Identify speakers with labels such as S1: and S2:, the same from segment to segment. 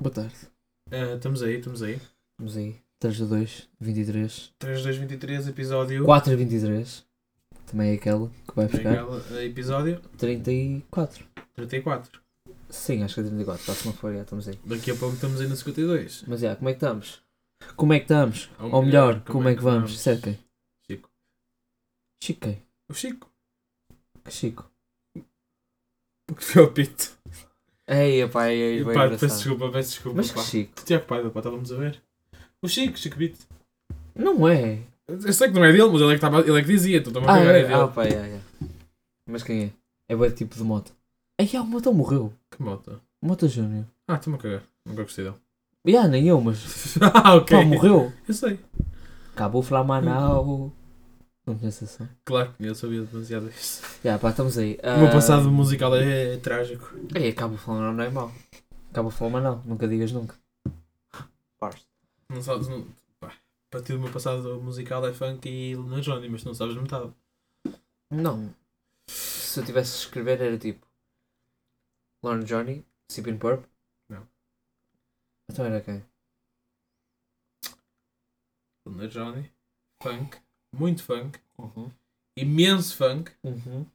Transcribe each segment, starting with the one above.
S1: Boa tarde.
S2: Ah, estamos aí, estamos aí.
S1: Vamos aí. 3 de 2, 23.
S2: 3, 2, 23, episódio.
S1: 4 de 23. Também é aquela que vai
S2: Tem
S1: buscar.
S2: aquela- eh, Episódio
S1: 34.
S2: 34.
S1: Sim, acho que é 34. Pá, se não for, já estamos aí.
S2: Daqui a pouco estamos aí no 52.
S1: Mas já, como é que estamos? Como é que estamos?
S2: Ou
S1: Ou melhor,
S2: melhor,
S1: como é que vamos? Cerquem.
S2: Chico.
S1: Chico quem?
S2: O Chico.
S1: Que Chico?
S2: O que foi ao pito.
S1: Ei, pá, ei, ei, bem
S2: Pá, peço
S1: engraçado.
S2: desculpa, peço desculpa.
S1: Mas
S2: pá.
S1: que Chico?
S2: Tiago Paiva, pá, estávamos a ver. O Chico, Chico Bito.
S1: Não é.
S2: Eu sei que não é dele, mas ele é que, estava- ele é que dizia, então estou-me a
S1: Ah,
S2: cagar, é
S1: é.
S2: dele.
S1: ah, pá, é, é. Mas quem é? É o tipo de moto. Ei, ah, o moto morreu.
S2: Que moto.
S1: Moto Júnior.
S2: Ah, estou-me a cagar. Nunca gostei dele.
S1: Já, nem eu, mas.
S2: ah, ok.
S1: Pá, morreu.
S2: Eu sei.
S1: Acabou Flamanau. Não conheço essa.
S2: Claro que eu sabia demasiado isso.
S1: Já, pá, estamos aí. Ah,
S2: O meu passado musical é, é trágico.
S1: Ei, Cabo Flamanau não é mau. Cabo Flamanau, nunca digas nunca.
S2: Não sabes. Não... Pá, a partir do meu passado musical é funk e Luna Johnny, mas tu não sabes metade.
S1: Não. Se eu tivesse de escrever era tipo. Lauren Johnny, Sipping Purp.
S2: Não.
S1: Então era quem?
S2: Luna Johnny, funk, muito funk, imenso funk,
S1: Uhum.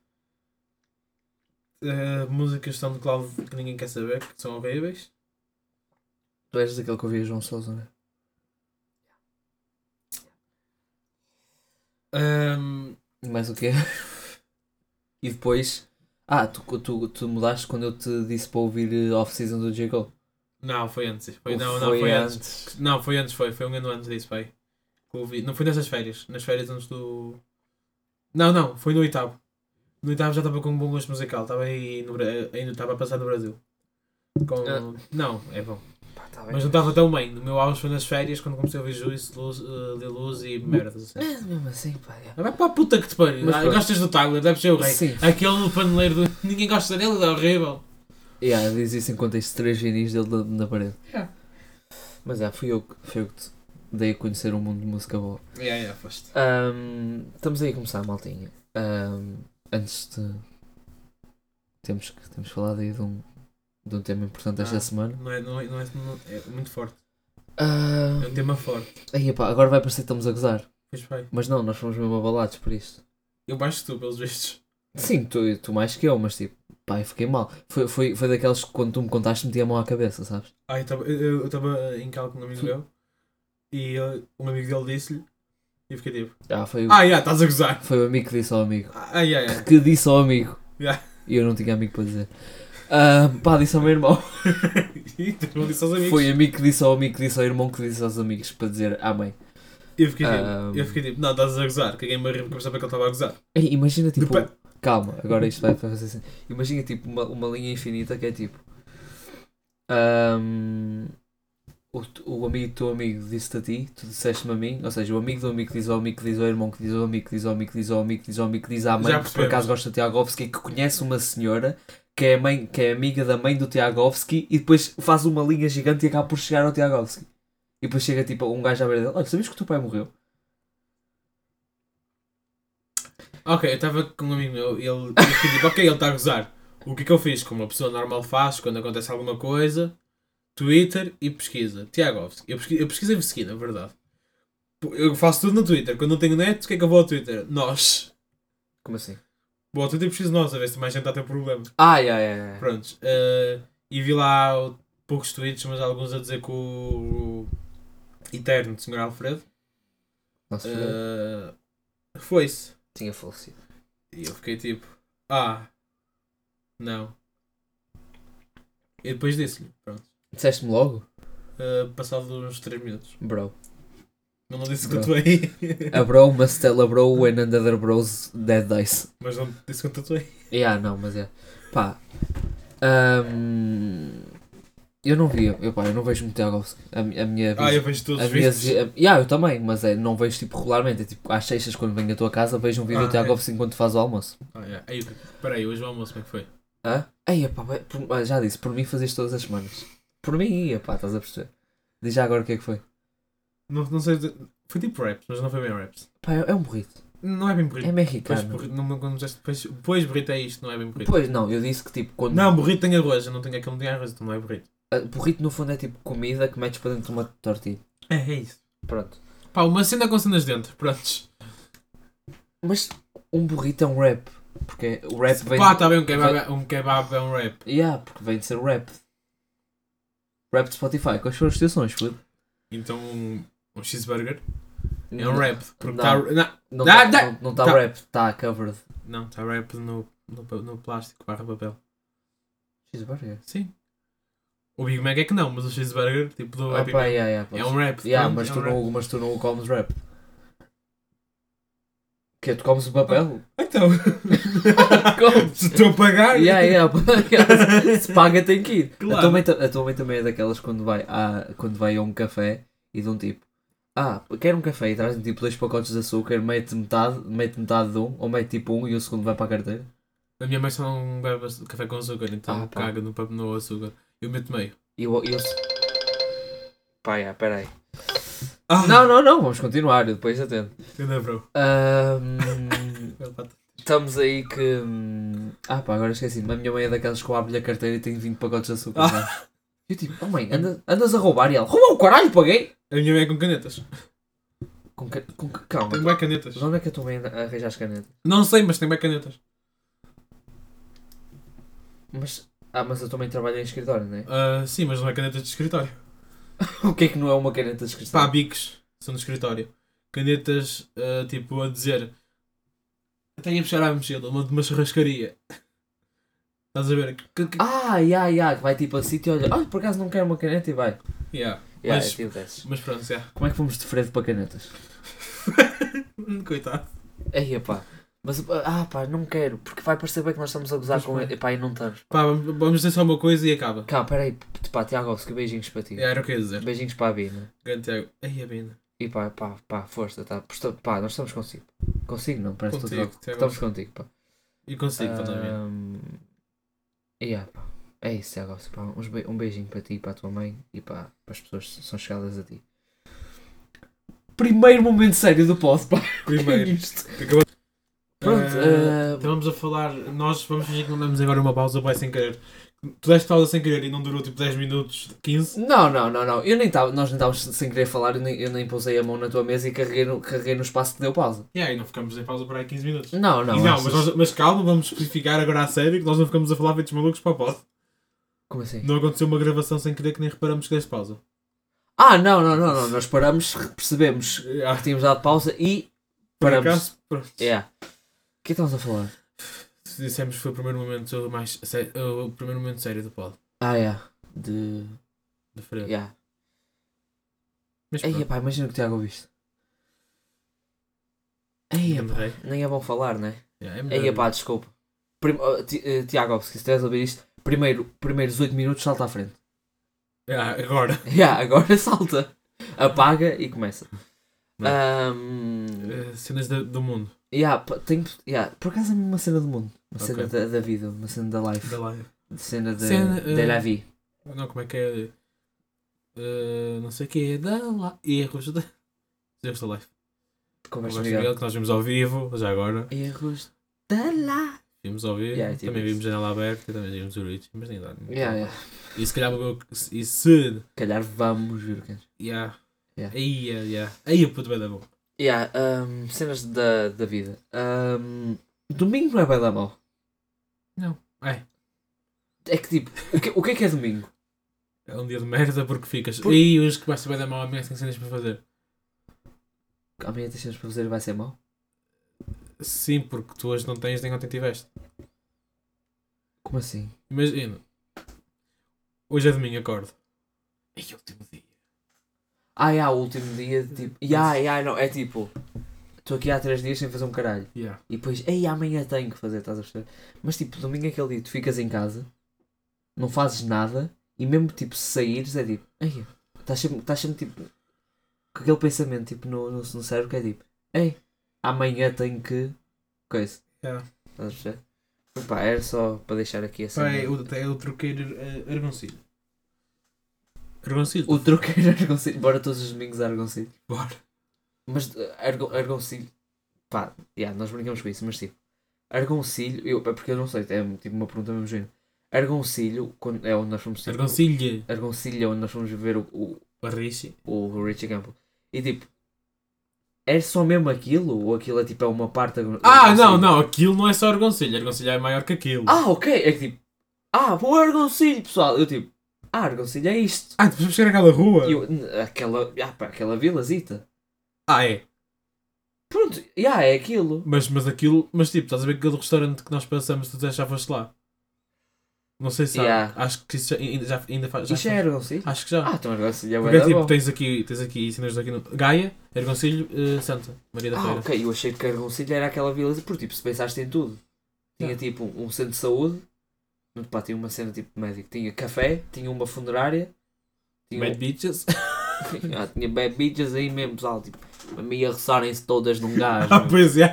S2: eh, músicas são de Cláudio que ninguém quer saber, que são horríveis.
S1: Tu és daquele que ouvia João Sousa, não é?
S2: Ahm,
S1: Mais o quê? e depois. Ah, tu, tu, tu mudaste quando eu te disse para ouvir eh, off-season do J. Cole.
S2: não, foi antes. Foi,
S1: Ou
S2: não, não, foi antes. Não, foi antes, foi. Foi um ano antes disso, foi. Que eu ouvi- Não foi nessas férias. Nas férias antes do. Não, não, foi no oitavo. No oitavo já estava com um bom gosto musical. Estava aí no Bra- Ainda estava a passar no Brasil. Com...
S1: Ah.
S2: Não, é bom.
S1: Pá, tá bem.
S2: Mas não estava tão bem. No meu auge foi nas férias quando comecei a ouvir Juice, Luz, eh, Lil Luz e merdas assim.
S1: É, mesmo assim, pá. é.
S2: Ah, Vai para a puta que te pariu.
S1: Mas
S2: Ah,
S1: pronto.
S2: gostas do Tyler, deve ser o rei.
S1: Sim.
S2: Aquele paneleiro do. Ninguém gosta dele, é horrível.
S1: Yeah, diz isso enquanto estes três vinis dele na, na parede.
S2: Yeah.
S1: Mas é, fui eu que, fui eu que te dei a conhecer o mundo de música boa.
S2: É, é, foste.
S1: Ahm, estamos aí a começar, maltinha. Ahm, antes de. Temos que temos falado aí de um, de um tema importante esta
S2: Ah.
S1: semana.
S2: Não é, não é, não é, não é muito forte.
S1: Ah,
S2: É um tema forte.
S1: aí, epá, agora vai parecer que estamos a gozar.
S2: Pois vai.
S1: Mas não, nós fomos mesmo abalados por isto.
S2: Eu baixo que tu, pelos vistos.
S1: Sim, tu, tu mais que eu, mas tipo, pá, eu fiquei mal. Foi, foi, foi daqueles que quando tu me contaste meti a mão à cabeça, sabes?
S2: Ah, eu estava em casa com um amigo meu e ele- um amigo dele disse-lhe e eu fiquei tipo:
S1: Ah, foi, o-
S2: Ah, já, estás a gozar.
S1: foi o amigo que disse ao amigo.
S2: Ah, já, já.
S1: que disse ao amigo.
S2: Yeah.
S1: E eu não tinha amigo para dizer. Ah, pá, disse ao meu irmão.
S2: E tu não disse aos amigos.
S1: Foi amigo que disse ao amigo que disse ao irmão que disse aos amigos para dizer à mãe.
S2: E eu fiquei tipo:
S1: Ahm.
S2: Eu fiquei tipo, não, estás a gozar. Caguei me a rir porque eu pensava que ele estava a gozar.
S1: Ei, imagina tipo.
S2: Depois-
S1: Calma, agora isto vai fazer assim. Imagina tipo uma, uma linha infinita que é tipo. ahm, o, t- o amigo do teu amigo disse-te a ti, tu disseste-me a mim, ou seja, o amigo do amigo que diz ao amigo que diz ao irmão que diz ao amigo que diz ao amigo que diz ao amigo que diz ao amigo que diz à
S2: Já
S1: mãe que por
S2: percebemos.
S1: acaso gosta de Tiagovski que conhece uma senhora que é, mãe, que é amiga da mãe do Tiagovski e depois faz uma linha gigante e acaba por chegar ao Tiagovski. E depois chega tipo um gajo à beira dele: Olha, sabias que o teu pai morreu?
S2: Ok, eu estava com um amigo meu e ele e eu fiquei tipo: Ok, ele está a gozar. O que é que eu fiz? Como uma pessoa normal faz quando acontece alguma coisa: Twitter e pesquisa. Tiagovski. Eu pesquisei, eu pesquisei seguida, na verdade. Eu faço tudo no Twitter. Quando não tenho net, o que é que eu vou ao Twitter? Nós.
S1: Como assim?
S2: Bom, tu preciso de nós, a ver se mais gente está a ter problema.
S1: Ai, ai, ai. ai.
S2: Prontos. eh, e vi lá o- poucos tweets, mas alguns a dizer que o, o Eterno de Sr. Alfredo
S1: Nossa,
S2: eh, foi-se.
S1: tinha falecido.
S2: E eu fiquei tipo, ah, não. E depois disse-lhe, pronto.
S1: Disseste-me logo?
S2: Eh, passado uns 3 minutos.
S1: Bro.
S2: Mas não disse
S1: Bro.
S2: quanto aí.
S1: A bro, uma Stella bro and another bros dead dice.
S2: mas não disse quanto aí.
S1: Yeah, não, mas é. Pá. Ahm, eu não via. Eu, pá, eu não vejo muito Tiagovski. A, mi- a minha.
S2: Ah, eu vejo todos
S1: a
S2: os
S1: minha
S2: vídeos.
S1: zi- a- yeah, eu também, mas é, não vejo tipo regularmente. É tipo às sextas quando venho à tua casa, vejo um vídeo
S2: Ah,
S1: do Tiagovski enquanto faz o almoço.
S2: Ah, é. Aí, peraí, hoje o almoço como é que foi?
S1: Hã? Ei, pá, bem, por- ah, já disse, por mim fazes todas as semanas. Por mim ia, pá, estás a perceber. Diz já agora o que é que foi.
S2: Não, não sei, dizer- foi tipo raps, mas não foi bem raps.
S1: Pá, é é um burrito.
S2: Não é bem burrito.
S1: É
S2: Pois,
S1: mexicano.
S2: burrito, não, não, não, pois, pois burrito é isto, não é bem burrito.
S1: Pois não, eu disse que tipo quando.
S2: Não, burrito tem arroz, eu não tenho aquele não tem arroz, então não é burrito.
S1: ah, burrito no fundo é tipo comida que metes para dentro de uma tortilha.
S2: É, é isso.
S1: Pronto.
S2: Pá, uma cena com cenas dentro, prontos.
S1: Mas um burrito é um rap. Porque o rap vem.
S2: Pá, está bem, um kebab, é- um kebab é um rap.
S1: Yeah, porque vem de ser rap. Rap de Spotify. Quais foram as estações, Filipe?
S2: Então um, um cheeseburger é um rap.
S1: não.
S2: Porque está. Não,
S1: Não está
S2: Ah, dá-
S1: não, não tá
S2: tá.
S1: rap, está covered.
S2: não, está rap no, no, pa- no plástico barra papel.
S1: Cheeseburger.
S2: Sim. O Big Mac é que não, mas o cheeseburger, tipo do Happy
S1: Opa,
S2: Meal,
S1: yeah, yeah,
S2: é um rap.
S1: Yeah,
S2: pronto,
S1: mas,
S2: é
S1: tu
S2: um rap.
S1: não, mas tu não comes rap. Que é, tu comes o papel?
S2: Então.
S1: Como?
S2: Se estou a pagar.
S1: yeah, yeah, yeah. Se paga tem que ir.
S2: Claro.
S1: A, tua mãe, ta- a tua mãe também é daquelas quando vai, a, quando vai a um café e de um tipo. Ah, quero um café e traz-me tipo dois pacotes de açúcar, mete metade, mete metade de um, ou mete tipo um e o segundo vai para a carteira.
S2: A minha mãe só não bebe aç- café com açúcar, então
S1: Ah, pá.
S2: caga no, pap- no açúcar. Eu meto meio.
S1: E eu. eu... Pá, yeah, peraí.
S2: Ah,
S1: Não, não, não, vamos continuar, eu depois atendo.
S2: Ganda, é bro.
S1: Ahm,
S2: Ele tá-
S1: Estamos aí que. hum, Ah pá, agora esqueci. Mas a minha mãe é daquelas que eu abro-lhe a carteira e tem 20 pacotes de açúcar.
S2: Ah.
S1: sabe? Eu tipo, oh mãe, anda- andas a roubar e ela. Rouba o caralho, paguei!
S2: A minha mãe é com canetas.
S1: Com que, com que calma.
S2: Tem bem canetas.
S1: Mas onde é que a tua mãe anda a arranjar as canetas?
S2: Não sei, mas tem bem canetas.
S1: Mas. Ah, mas a tua mãe trabalha em escritório, não é?
S2: Ah, sim, mas não é canetas de escritório.
S1: O que é que não é uma caneta de
S2: Pá,
S1: escritório?
S2: biques. São de escritório. Canetas, ah, tipo, a dizer. Tenho a puxar a mochila, uma de uma churrascaria. Estás a ver? Que- que-
S1: Ah, ya, ya, que vai tipo a sítio e olha, olha, por acaso não quero uma caneta e vai.
S2: Yeah.
S1: Ya,
S2: Mas-
S1: é tipo desses.
S2: Mas pronto, já.
S1: Como é que fomos de frevo para canetas?
S2: Coitado.
S1: Aí, pá. Mas, ah pá, não quero, porque vai perceber que nós estamos a gozar
S2: Mas
S1: com
S2: vai.
S1: ele. Epá, e não estamos.
S2: Pá, vamos vamos dizer só uma coisa e acaba.
S1: Cá, peraí, pá, Tiago, que beijinhos para ti.
S2: Yeah, era o que eu ia dizer.
S1: Beijinhos para a Bina.
S2: Grande Tiago. é Aí a Bina.
S1: E pá, pá, pá, força, tá. Pois tô- Pá, nós estamos consigo. Consigo não, parece que
S2: Contigo,
S1: estou
S2: Tiago.
S1: Estamos contigo, pá.
S2: E consigo, totalmente.
S1: Ahm, yeah, pá. É isso, Tiago. Alves, pá. Uns be- Um beijinho para ti, para a tua mãe e pá, para as pessoas que são chegadas a ti. Primeiro momento sério do pod, pá. É
S2: Primeiro.
S1: isto?
S2: Acabou.
S1: Pronto,
S2: Ah,
S1: ah,
S2: Então vamos a falar, nós vamos fingir que não damos agora uma pausa vai sem querer. Tu deste pausa sem querer e não durou tipo 10 minutos, 15.
S1: Não, não, não, não. Eu nem tava, nós nem estávamos sem querer falar, eu nem, eu nem pousei a mão na tua mesa e carreguei no, carreguei no espaço que deu pausa.
S2: E aí não ficamos em pausa por aí 15 minutos.
S1: Não, não.
S2: E não,
S1: achas-
S2: mas, nós- mas calma, vamos especificar agora a sério que nós não ficamos a falar feitos malucos para a pausa.
S1: Como assim?
S2: Não aconteceu uma gravação sem querer que nem reparamos que deste pausa.
S1: Ah, não, não, não, não. Nós paramos, percebemos
S2: Ah,
S1: que tínhamos dado pausa e
S2: por
S1: paramos.
S2: acaso, pronto.
S1: É. O que estamos a falar?
S2: Dissemos que foi o primeiro momento mais sé- o primeiro momento sério do pod.
S1: Ah, é. De.
S2: De frente.
S1: Yeah.
S2: Mas pronto,
S1: Ei, pá, imagina o que o Tiago ouviste. Ei,
S2: me
S1: pá,
S2: rei.
S1: nem é bom falar, né?
S2: Yeah, é
S1: Ei,
S2: melhor.
S1: pá, desculpa. Prim... oh, Ti- eh, Tiago, se estiveres a ouvir isto, primeiro, primeiros 8 minutos salta à frente.
S2: Yeah, agora.
S1: Yeah, agora salta. Apaga e começa.
S2: Não.
S1: Ahm,
S2: Eh, cenas da- do mundo.
S1: yeah, pá, tenho... yeah, por acaso é uma cena do mundo. Uma
S2: Ok.
S1: cena da, da vida, uma cena da life.
S2: Da live.
S1: Cena de,
S2: Cena,
S1: de
S2: eh,
S1: la vie.
S2: Não, como é que é? Eh, não sei o que é. Da la... Erros da. Erros da live.
S1: Conversa
S2: Conversa
S1: de
S2: de
S1: Miguel.
S2: Miguel, que nós vimos ao vivo, já agora.
S1: Erros da lá.
S2: Vimos ao vivo.
S1: Yeah, tipo
S2: também
S1: isso.
S2: vimos janela aberta, também vimos o Rich, mas nem dá. nem
S1: Yeah,
S2: dá.
S1: yeah.
S2: E se calhar bebeu. E se.
S1: Calhar vamos ver o que é.
S2: Yeah.
S1: Yeah.
S2: Aí, yeah, yeah. Aí o puto bem da bom.
S1: Yeah, ahm, cenas da, da vida. Ahm, domingo não é bem da mal.
S2: Não. É.
S1: É que tipo, o que, o que é que é domingo?
S2: É um dia de merda porque ficas.
S1: Por-
S2: E hoje que vai ser bem da mal, amanhã tem cenas para fazer.
S1: Amanhã tens cenas para fazer e vai ser mau?
S2: Sim, porque tu hoje não tens nem ontem tiveste.
S1: Como assim?
S2: Imagina. Hoje é domingo, acordo. E o último dia.
S1: Ah, yeah, o último dia, tipo. Yeah, yeah, não, é tipo. Estou aqui há três dias sem fazer um caralho.
S2: Yeah.
S1: E depois, ei, amanhã tenho que fazer, estás a perceber? Mas tipo, domingo é aquele dia, que tu ficas em casa, não fazes nada, e mesmo tipo, se saíres, é tipo, ei, estás sempre, estás sempre tipo, com aquele pensamento tipo, no, no, no cérebro que é tipo, ei, amanhã tenho que. coisa.
S2: Yeah.
S1: Estás a perceber? Pá, era só para deixar aqui assim.
S2: Pai, eu, até eu troquei uh, argoncilho. Argoncilho?
S1: O truque é era argoncilho, bora todos os domingos a argoncilho.
S2: Bora.
S1: Mas eh, argon- argoncilho, pá, yeah, nós brincamos com isso, mas tipo, argoncilho, eu, é porque eu não sei, é tipo uma pergunta mesmo gênero. Argoncilho, quando, é onde nós fomos. tipo,
S2: Argoncilha.
S1: Argoncilho é onde nós fomos ver o, o,
S2: Barriche.
S1: o Richie Campbell. E tipo, é só mesmo aquilo? Ou aquilo é tipo é uma parte. da-
S2: Ah,
S1: Argoncilho?
S2: não, não, aquilo não é só Argoncilho. Argoncilho é maior que aquilo.
S1: Ah, ok. É que tipo, ah, vou ao Argoncilho, pessoal. Eu tipo, ah, Argoncilho é isto.
S2: Ah, depois vamos chegar àquela rua.
S1: E eu, n- aquela, ah, pá, aquela vilazita.
S2: Ah, é.
S1: Pronto, já é aquilo.
S2: Mas, mas aquilo, mas tipo, estás a ver aquele restaurante que nós passamos, tu já foste lá? Não sei se sabe.
S1: Yeah.
S2: Acho que isso já, ainda, já, ainda faz. Já
S1: Isto é
S2: faz-
S1: Argoncilho?
S2: Acho que já.
S1: Ah, então Argoncilho é
S2: Porque
S1: bué da
S2: tipo,
S1: bom.
S2: tens aqui, tens aqui cenas aqui no. Gaia, Ergoncilho, eh, Santa, Maria da
S1: Ah,
S2: Feira.
S1: ok. Eu achei que Argoncilho era aquela vilazita. Porque tipo, se pensaste em tudo. Tinha
S2: Yeah.
S1: tipo um, um centro de saúde. Mas, Pá, tinha uma cena tipo médico. Tinha café, tinha uma funerária. Tinha, um,
S2: Bad Bitches.
S1: ah, tinha bad bitches aí mesmo, pessoal. Tipo, a mim arressarem-se todas num gajo.
S2: Ah, pois é.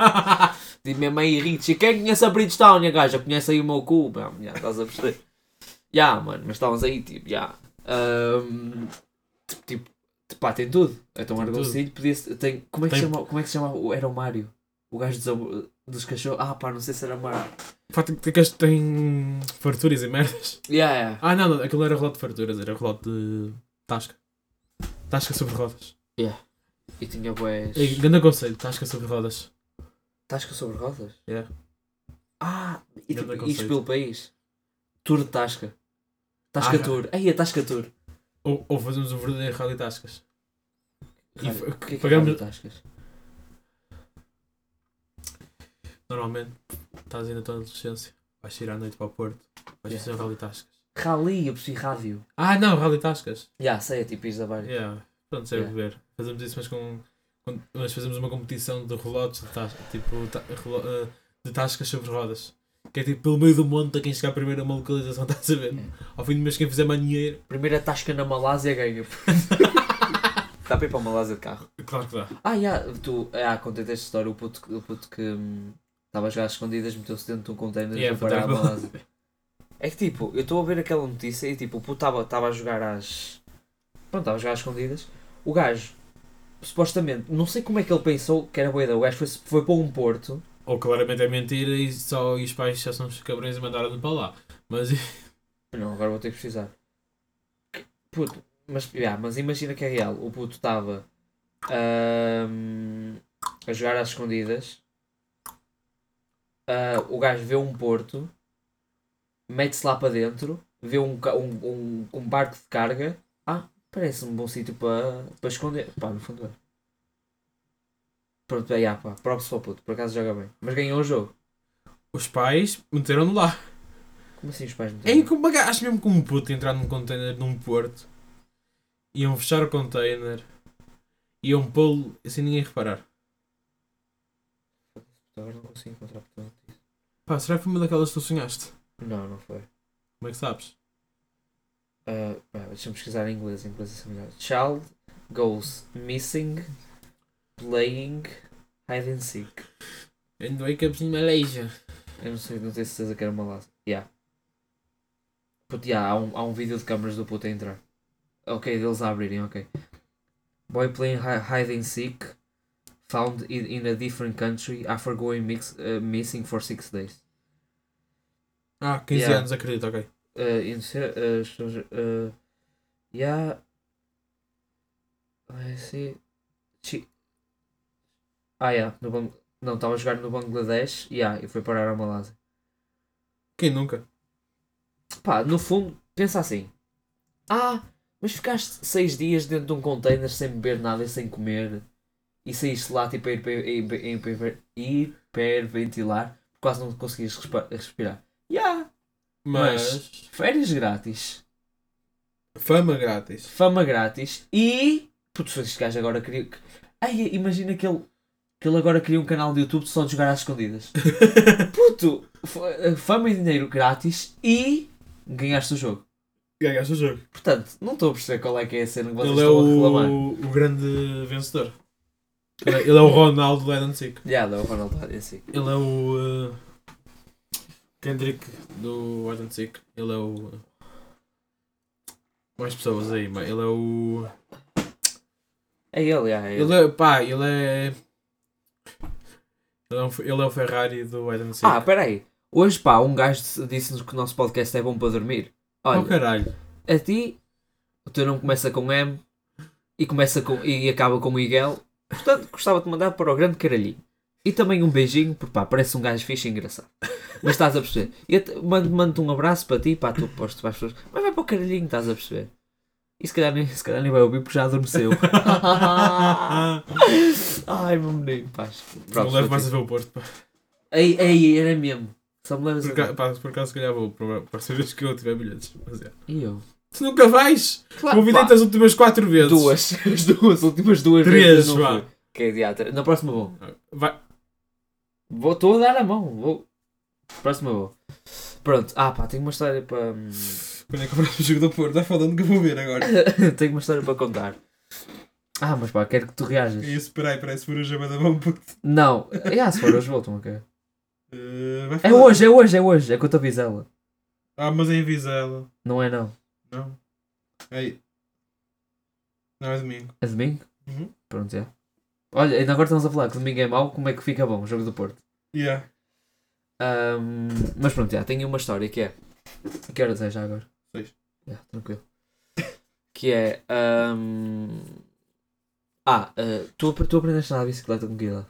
S1: Tipo, minha mãe irrita-se. Quem conhece a Bridgestone, minha gaja? Conhece aí o meu cu? Bom, já, estás a perceber? Já, mano, mas estávamos aí, tipo, já. Ahm, tipo, tipo, pá, tem tudo. Então o
S2: Tem
S1: Argoncilho podia-se... Tem, como, é que
S2: Tem-
S1: chama, como é que se chama? o- Era o Mário? O gajo dos, am- dos cachorros? Ah, pá, não sei se era Mário.
S2: Pá, tem, tem, é que- tem farturas e merdas.
S1: Yeah, yeah.
S2: Ah, não, não, aquilo não era relógio de farturas, era relógio de tasca. Tasca sobre rodas.
S1: E tinha boés...
S2: É, grande conselho, tasca sobre rodas.
S1: Tasca sobre rodas?
S2: Yeah.
S1: Ah, e
S2: Grande
S1: tipo, isto
S2: conceito.
S1: pelo país. Tour de Tasca. Tasca
S2: Ah,
S1: Tour. Aí, a Tasca Tour.
S2: Ou, ou fazemos um verdadeiro rally tascas. E
S1: Rádio-
S2: f-
S1: o que é que é
S2: pagamos-
S1: rádio Tascas?
S2: Normalmente, estás ainda na tua adolescência, vais tirar à noite para o Porto, vais
S1: Yeah.
S2: fazer um rally tascas.
S1: Rally, eu preciso rádio.
S2: Ah, não, rally tascas.
S1: Já, sei, é tipo isso da barra.
S2: Yeah. Pronto, serve
S1: Yeah.
S2: ver. Fazemos isso, mas com, com- Mas fazemos uma competição de relotes de tasca, tipo, ta- relo- eh, de tascas sobre rodas. Que é tipo pelo meio do monte a quem chegar primeiro a uma localização, estás a ver?
S1: Yeah.
S2: Ao fim do mês, quem fizer mais dinheiro.
S1: Primeira tasca na Malásia ganha. Dá para ir para a Malásia de carro.
S2: Claro que dá.
S1: Ah, já, tu. Ah, contei esta história. O puto, que- o puto que hum, estava a jogar às escondidas meteu-se dentro de um container
S2: Yeah,
S1: e foi parar à
S2: puto, é
S1: Malásia. É que tipo, eu estou a ver aquela notícia e tipo, o puto estava- estava a jogar às. Pronto, estava a jogar às escondidas. O gajo, supostamente, não sei como é que ele pensou que era boa ideia. O gajo foi, foi para um porto.
S2: Ou claramente é mentira e só e os pais já são os cabrões e mandaram-no para lá. Mas
S1: Não, agora vou ter que precisar. Puto, mas, já, mas imagina que é real. O puto estava ahm, a jogar às escondidas. Ah, o gajo vê um porto, mete-se lá para dentro, vê um, ca- um, um, um barco de carga. Ah, parece um bom sítio para para esconder. Pá, no fundo é. Pronto, é, já, pá, props para o puto, por acaso joga bem. Mas ganhou o jogo.
S2: os pais meteram-no lá.
S1: Como assim os pais não têm?
S2: É como acho mesmo que um puto entrar num container num porto. Iam fechar o container. Iam pô-lo sem ninguém reparar.
S1: Agora não consigo encontrar portanto.
S2: Pá, será que foi uma daquelas que tu sonhaste?
S1: Não, não foi.
S2: Como é que sabes?
S1: Uh, pera, Deixa-me pesquisar em inglês, em inglês é melhor. Child goes missing playing hide and seek.
S2: And wake up
S1: é
S2: in Malaysia.
S1: Eu não sei, não tenho certeza que era uma laça. Yeah. Puto, yeah, há, um, há um vídeo de câmaras do puto a entrar. Ok, deles a abrirem, ok. Boy playing hi- hide and seek found in, in a different country after going mix, uh, missing for six days.
S2: Ah, 15
S1: Yeah.
S2: anos, acredito, ok.
S1: uh, in se- uh, so- uh, yeah I see Chi- ah yeah no Bang... não estava a jogar no Bangladesh yeah, e foi parar a Malásia
S2: Quem nunca?
S1: pá no fundo pensa assim ah mas ficaste seis dias dentro de um container sem beber nada e sem comer e saíste lá tipo a hiper- hiper- hiper- hiperventilar quase não conseguias respa- respirar yeah
S2: Mas.
S1: férias grátis
S2: Fama grátis.
S1: fama grátis e. Putz, este gajo agora queria. que- Ai, imagina que ele, que ele agora queria um canal de YouTube só de jogar às escondidas. Puto, f- eh, fama e dinheiro grátis e ganhaste o jogo.
S2: Ganhaste é o jogo.
S1: Portanto, não estou a perceber qual é que é a cena que vocês
S2: Ele é
S1: estão a reclamar.
S2: o, o grande vencedor. Ele é, ele é o Ronaldo do Eden Sick.
S1: Já, yeah, é o Ronaldo Alden, assim.
S2: Ele é o. uh, Kendrick do Eden Sick. Ele é o. Mais pessoas aí, mas ele é o.
S1: É ele, já, é ele.
S2: Ele é. Pá, ele é. Ele é, um, ele é o Ferrari do Eden Sick.
S1: Ah, peraí. Hoje, pá, um gajo disse-nos que o nosso podcast é bom para dormir. Olha,
S2: Oh caralho.
S1: a ti, o teu nome começa com M e, começa com, e acaba com Miguel. Portanto, gostava de mandar para o grande caralhinho. E também um beijinho, porque pá, parece um gajo fixe e engraçado. Mas estás a perceber? Eu te- mando- Mando-te um abraço para ti, para tu posto para as pessoas. Mas vai para o caralhinho, estás a perceber? E se calhar, nem, se calhar nem vai ouvir porque já adormeceu. Ai, meu menino, paz.
S2: Não levo mais a
S1: foi tipo-
S2: ver o Porto. pá.
S1: tudo. Ei, ei, era mesmo. Só me levas
S2: Por
S1: a
S2: acaso, pá, por acaso, se calhar vou para para as vezes que eu tiver bilhetes. Mas é.
S1: E eu?
S2: Tu nunca vais!
S1: Claro,
S2: Convidei-te
S1: pá,
S2: as últimas 4 vezes.
S1: duas. As duas, últimas duas
S2: Três,
S1: vezes. eu não
S2: vá.
S1: fui. Que é diatra. Na próxima vou.
S2: Vai.
S1: Vou, estou a dar a mão. Vou. Próxima vou. Pronto. Ah, pá, tenho uma história para. hum,
S2: Quando é que eu o jogo do Porto? Vai falando que eu vou ver agora.
S1: tenho uma história para contar. Ah, mas pá, quero que tu reajas.
S2: É isso, peraí, parece por hoje a banda bom puto.
S1: Não. Ah, se for hoje voltam, ok?
S2: Eh, vai
S1: É
S2: falar.
S1: hoje, é hoje, é hoje. É que eu te aviso ela.
S2: Ah, mas é em Vizela.
S1: Não é não.
S2: Não. Aí. Não é domingo.
S1: É domingo?
S2: Uhum.
S1: Pronto, é. Olha, ainda agora estamos a falar que domingo é mau, como é que fica bom o jogo do Porto?
S2: Yeah.
S1: Ahm, mas pronto, já, tenho uma história que é. Que horas é já agora?
S2: Seis.
S1: Já, tranquilo. Que é. ahm, Ah, ah, tu, tu aprendeste a andar de bicicleta com que idade?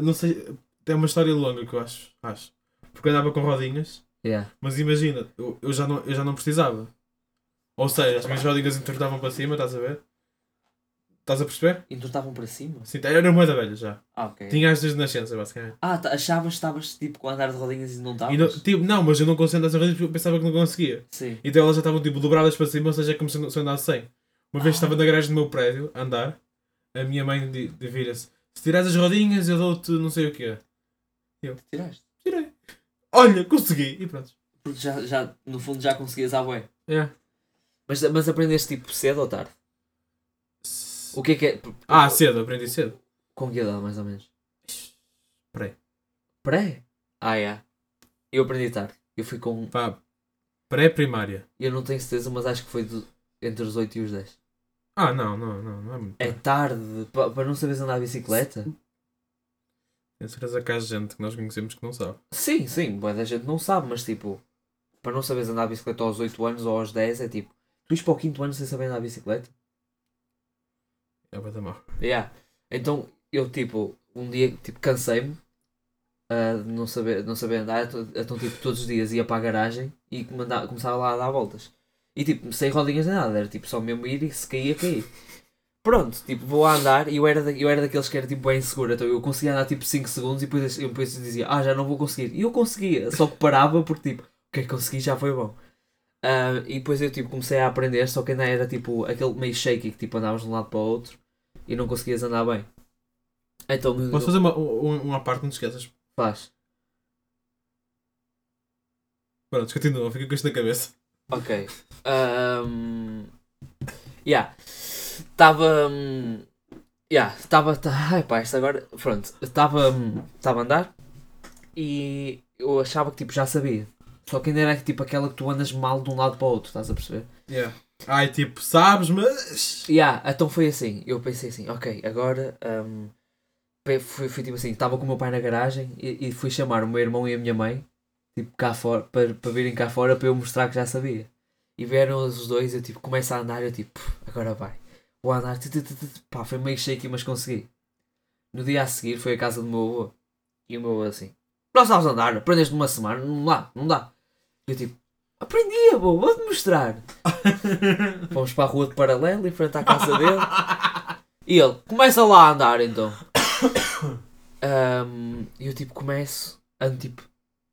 S2: Não sei. É uma história longa que eu acho. Acho. Porque eu andava com rodinhas.
S1: Yeah.
S2: Mas imagina, eu, eu já, não, eu já não precisava. Ou seja, as minhas rodinhas entortavam para cima, estás a ver? Estás a perceber?
S1: E tu estavam para cima?
S2: Sim, eu era uma da velha já.
S1: Ah, ok.
S2: Tinha as desde nascença, basicamente.
S1: Ah, tá, achavas que estavas tipo com a andar de rodinhas e não
S2: E não, tipo, não, mas eu não conseguia andar sem rodinhas porque eu pensava que não conseguia.
S1: Sim.
S2: Então elas já estavam tipo dobradas para cima, ou seja, é como se eu se eu andasse sem. Uma vez
S1: Ah.
S2: estava na garagem do meu prédio, a andar, a minha mãe de, de vira-se: Se tirares as rodinhas, eu dou-te não sei o quê.
S1: Tiraste.
S2: Tirei. Olha, consegui! E pronto.
S1: Porque já, já no fundo já conseguias à bué.
S2: É.
S1: Mas, mas aprendeste tipo cedo ou tarde? O que é que é.
S2: Ah, cedo, aprendi cedo.
S1: Com que idade mais ou menos?
S2: Pré.
S1: Pré? Ah, é. Eu aprendi tarde. Eu fui com.
S2: Pá, pré-primária.
S1: Eu não tenho certeza, mas acho que foi do- entre os 8 e os 10.
S2: Ah, não, não, não, não é muito.
S1: É tarde pa- para não saberes andar de bicicleta?
S2: Tenho certeza que há gente que nós conhecemos que não sabe.
S1: Sim, sim, boa da gente não sabe, mas tipo, para não saberes andar de bicicleta aos 8 anos ou aos 10 é tipo, tu ires para o quinto ano sem saber andar de bicicleta?
S2: É bada mal.
S1: Yeah. Então eu tipo, um dia tipo, cansei-me ah, de não saber, de não saber andar, então então, tipo, todos os dias ia para a garagem e comanda- começava lá a dar voltas. E tipo, sem rodinhas nem nada, era tipo só mesmo ir e se caía, caía. Pronto, tipo, vou a andar e eu era, da- eu era daqueles que era tipo bem inseguro, então eu conseguia andar tipo 5 segundos e depois, eu depois dizia, ah, já não vou conseguir. E eu conseguia, só que parava porque tipo, o que é que consegui já foi bom. Ah, e depois eu tipo comecei a aprender, só que ainda era tipo aquele meio shaky que tipo andavas de um lado para o outro e não conseguias andar bem. Então eu-
S2: Posso fazer uma, um- uma parte, não te esqueças?
S1: é faz.
S2: Pronto, continua, fica com isto na cabeça.
S1: Ok. Um... Yeah. Estava. hum, Yeah, estava. ta- Ai pá, isto agora. Pronto. Estava. hum, Estava a andar e eu achava que tipo já sabia. Só que ainda era tipo aquela que tu andas mal de um lado para o outro, estás a perceber?
S2: Yeah. Ai, tipo, sabes, mas.
S1: Yeah, então foi assim. Eu pensei assim, ok, agora hum, pe- fui, fui tipo assim, estava com o meu pai na garagem e, e fui chamar o meu irmão e a minha mãe tipo, cá fora, para, para virem cá fora para eu mostrar que já sabia. E vieram os dois, eu tipo, começo a andar, eu tipo, "Puf, agora vai. Vou andar, tu, tu, tu, tu, tu. pá, foi meio shaky, mas consegui. No dia a seguir foi à casa do meu avô. E o meu avô assim, nós sabes andar, aprendeste numa semana, não dá, não dá. Eu tipo, aprendi, avô, vou-te mostrar. Fomos para a rua de paralelo, em frente à casa é dele. E ele, começa lá a andar então. Ahm, E eu tipo, começo, ando tipo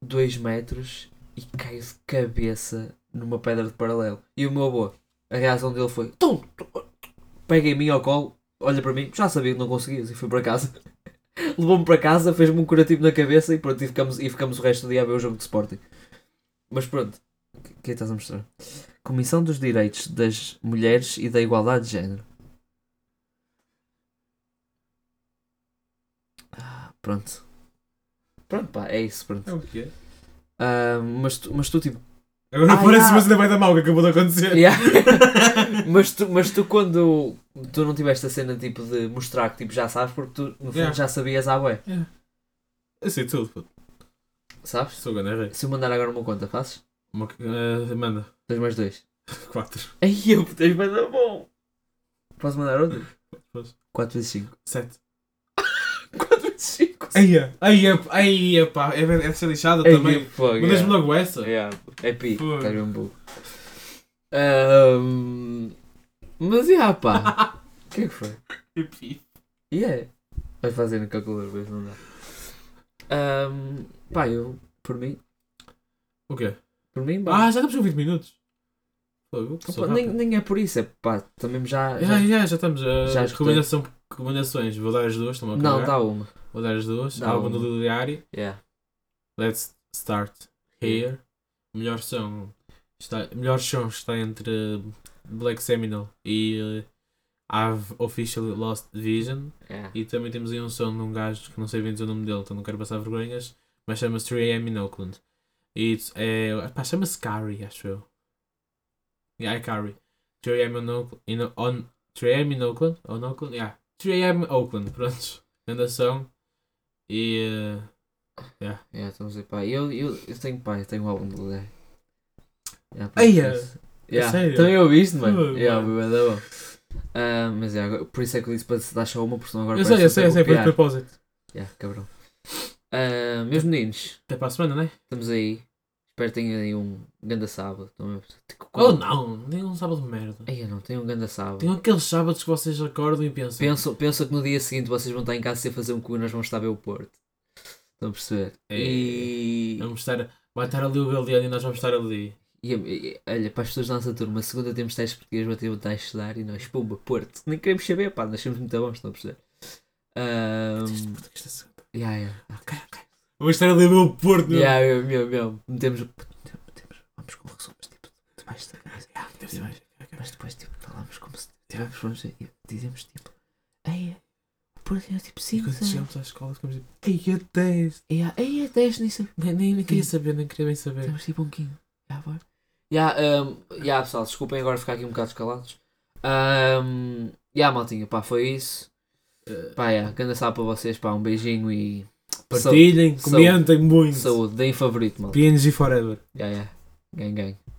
S1: 2 metros e caio de cabeça numa pedra de paralelo. E o meu avô, a reação dele foi, tum, tum." pega em mim ao colo, olha para mim, já sabia que não conseguias e fui para casa. Levou-me para casa, fez-me um curativo na cabeça e pronto, e ficamos, e ficamos o resto do dia a ver o jogo de Sporting. Mas pronto, o que, que é que estás a mostrar? Comissão dos Direitos das Mulheres e da Igualdade de Género. Ah, Pronto. Pronto, pá, é isso, pronto.
S2: É o que é.
S1: Ah, mas, tu, mas tu, tipo.
S2: Agora
S1: Ah,
S2: parece
S1: yeah.
S2: uma cena bem da mal que acabou de acontecer.
S1: yeah. mas, tu, mas tu, quando. Tu não tiveste a cena tipo de mostrar que tipo, já sabes, porque tu, no fundo,
S2: Yeah.
S1: já sabias à bué.
S2: Eu sei tudo, puto.
S1: Sabes?
S2: Sou grande rei.
S1: Se eu mandar agora uma conta, fazes?
S2: Uma, eh, manda.
S1: 2 mais 2.
S2: quatro
S1: Ai, eu tens mais a bom. Posso mandar outra?
S2: Posso.
S1: 4 vezes 5.
S2: sete
S1: 4 vezes 5.
S2: Eia, eia, eia, pá. É, é de ser lixada também. Mandas-me logo essa.
S1: É pi.
S2: Fogo.
S1: Estás mesmo burro. Ahm, Mas e yeah, pá? O que é que foi? E é. Vai fazer no calculador, mas não dá. Ahm, pá, eu, por mim,
S2: O quê?
S1: por mim, pá.
S2: Ah, já estamos com 20 minutos. Fogo,
S1: Opa,
S2: sou
S1: nem,
S2: rápido. Ah,
S1: nem é por isso, é pá, também já.
S2: Já,
S1: já-
S2: já, já estamos. eh,
S1: Já escutei.
S2: recomendação, recomendações. Vou dar as duas, estão a
S1: Não,
S2: cagar.
S1: dá uma.
S2: Vou dar as duas.
S1: Dá
S2: Álbum
S1: uma.
S2: do Diário.
S1: Yeah.
S2: Let's start here. Melhor som está, melhor som está entre Black Seminole e eh, I've Officially Lost Vision.
S1: yeah.
S2: E também temos aí um som de um gajo que não sei bem dizer o nome dele, então não quero passar vergonhas, mas chama-se 3am in Oakland. E it's- é. Pá, chama-se Carrie, acho eu. Yeah, é Carrie. 3am in Oakland. In, on, 3am in Oakland? On Oakland? Yeah. 3am Oakland, pronto. Grande som. E. eh,
S1: Yeah, estamos aí, pá. Eu, eu, eu tenho, pá, eu tenho um álbum do Lé. Yeah, pá,
S2: Eia! É
S1: por isso. Yeah, então
S2: sério?
S1: Também ouviste, mano.
S2: Fogo,
S1: Yeah, bué
S2: mano.
S1: da bom. Ah, mas é, agora- por isso é que eu disse para se dar só uma, porque senão agora
S2: eu sei,
S1: parece
S2: eu
S1: que
S2: sei, eu
S1: estou
S2: sei,
S1: a
S2: foi de
S1: copiar.
S2: propósito.
S1: Yeah, cabrão. Ah, meus meninos,
S2: Até para a semana, não é?
S1: estamos aí. Espero que tenham aí um ganda sábado. Também.
S2: Ou não, tem um sábado de merda.
S1: Ai, eu não, tenham um ganda sábado.
S2: Tem aqueles sábados que vocês acordam e pensam.
S1: Pensa, pensa que no dia seguinte vocês vão estar em casa sem fazer um cu e nós vamos estar a ver o Porto. Estão a perceber?
S2: É.
S1: E,
S2: Vamos estar. Vai estar ali o Galeano e nós vamos estar ali.
S1: e- e- olha, para as pessoas da nossa turma, segunda temos testes portugueses, vão ter vontade de estudar e nós, pumba, Porto. Nem queremos saber, pá, nós somos muito bons, estão a perceber? Ahm, yeah, yeah.
S2: Vou estar ali a ver o Porto. meu.
S1: Yeah, mesmo, mesmo, mesmo. Metemos. metemos- Vamos com resumos, tipo, debaixo da camisa.
S2: Deve ser mais.
S1: Mas depois tipo, falamos como se tivemos vamos e dizemos tipo Ei, o Porto é tipo
S2: E
S1: 5
S2: quando chegamos à escola ficamos tipo. Ei, que 10.
S1: Ei, é 10 nem sabia
S2: Nem, nem, nem queria saber, nem queria bem saber.
S1: Temos tipo um 15 Já agora Já, um, já, pessoal, desculpem agora ficar aqui um bocado escalados um, Já maltinha, pá, foi isso
S2: Eh,
S1: Pá, já, grande salve para vocês, pá, um beijinho e
S2: Partilhem,
S1: Saúde.
S2: comentem muito.
S1: saúde Deem favorito, malta
S2: PNG Forever.
S1: Já, já, gang gang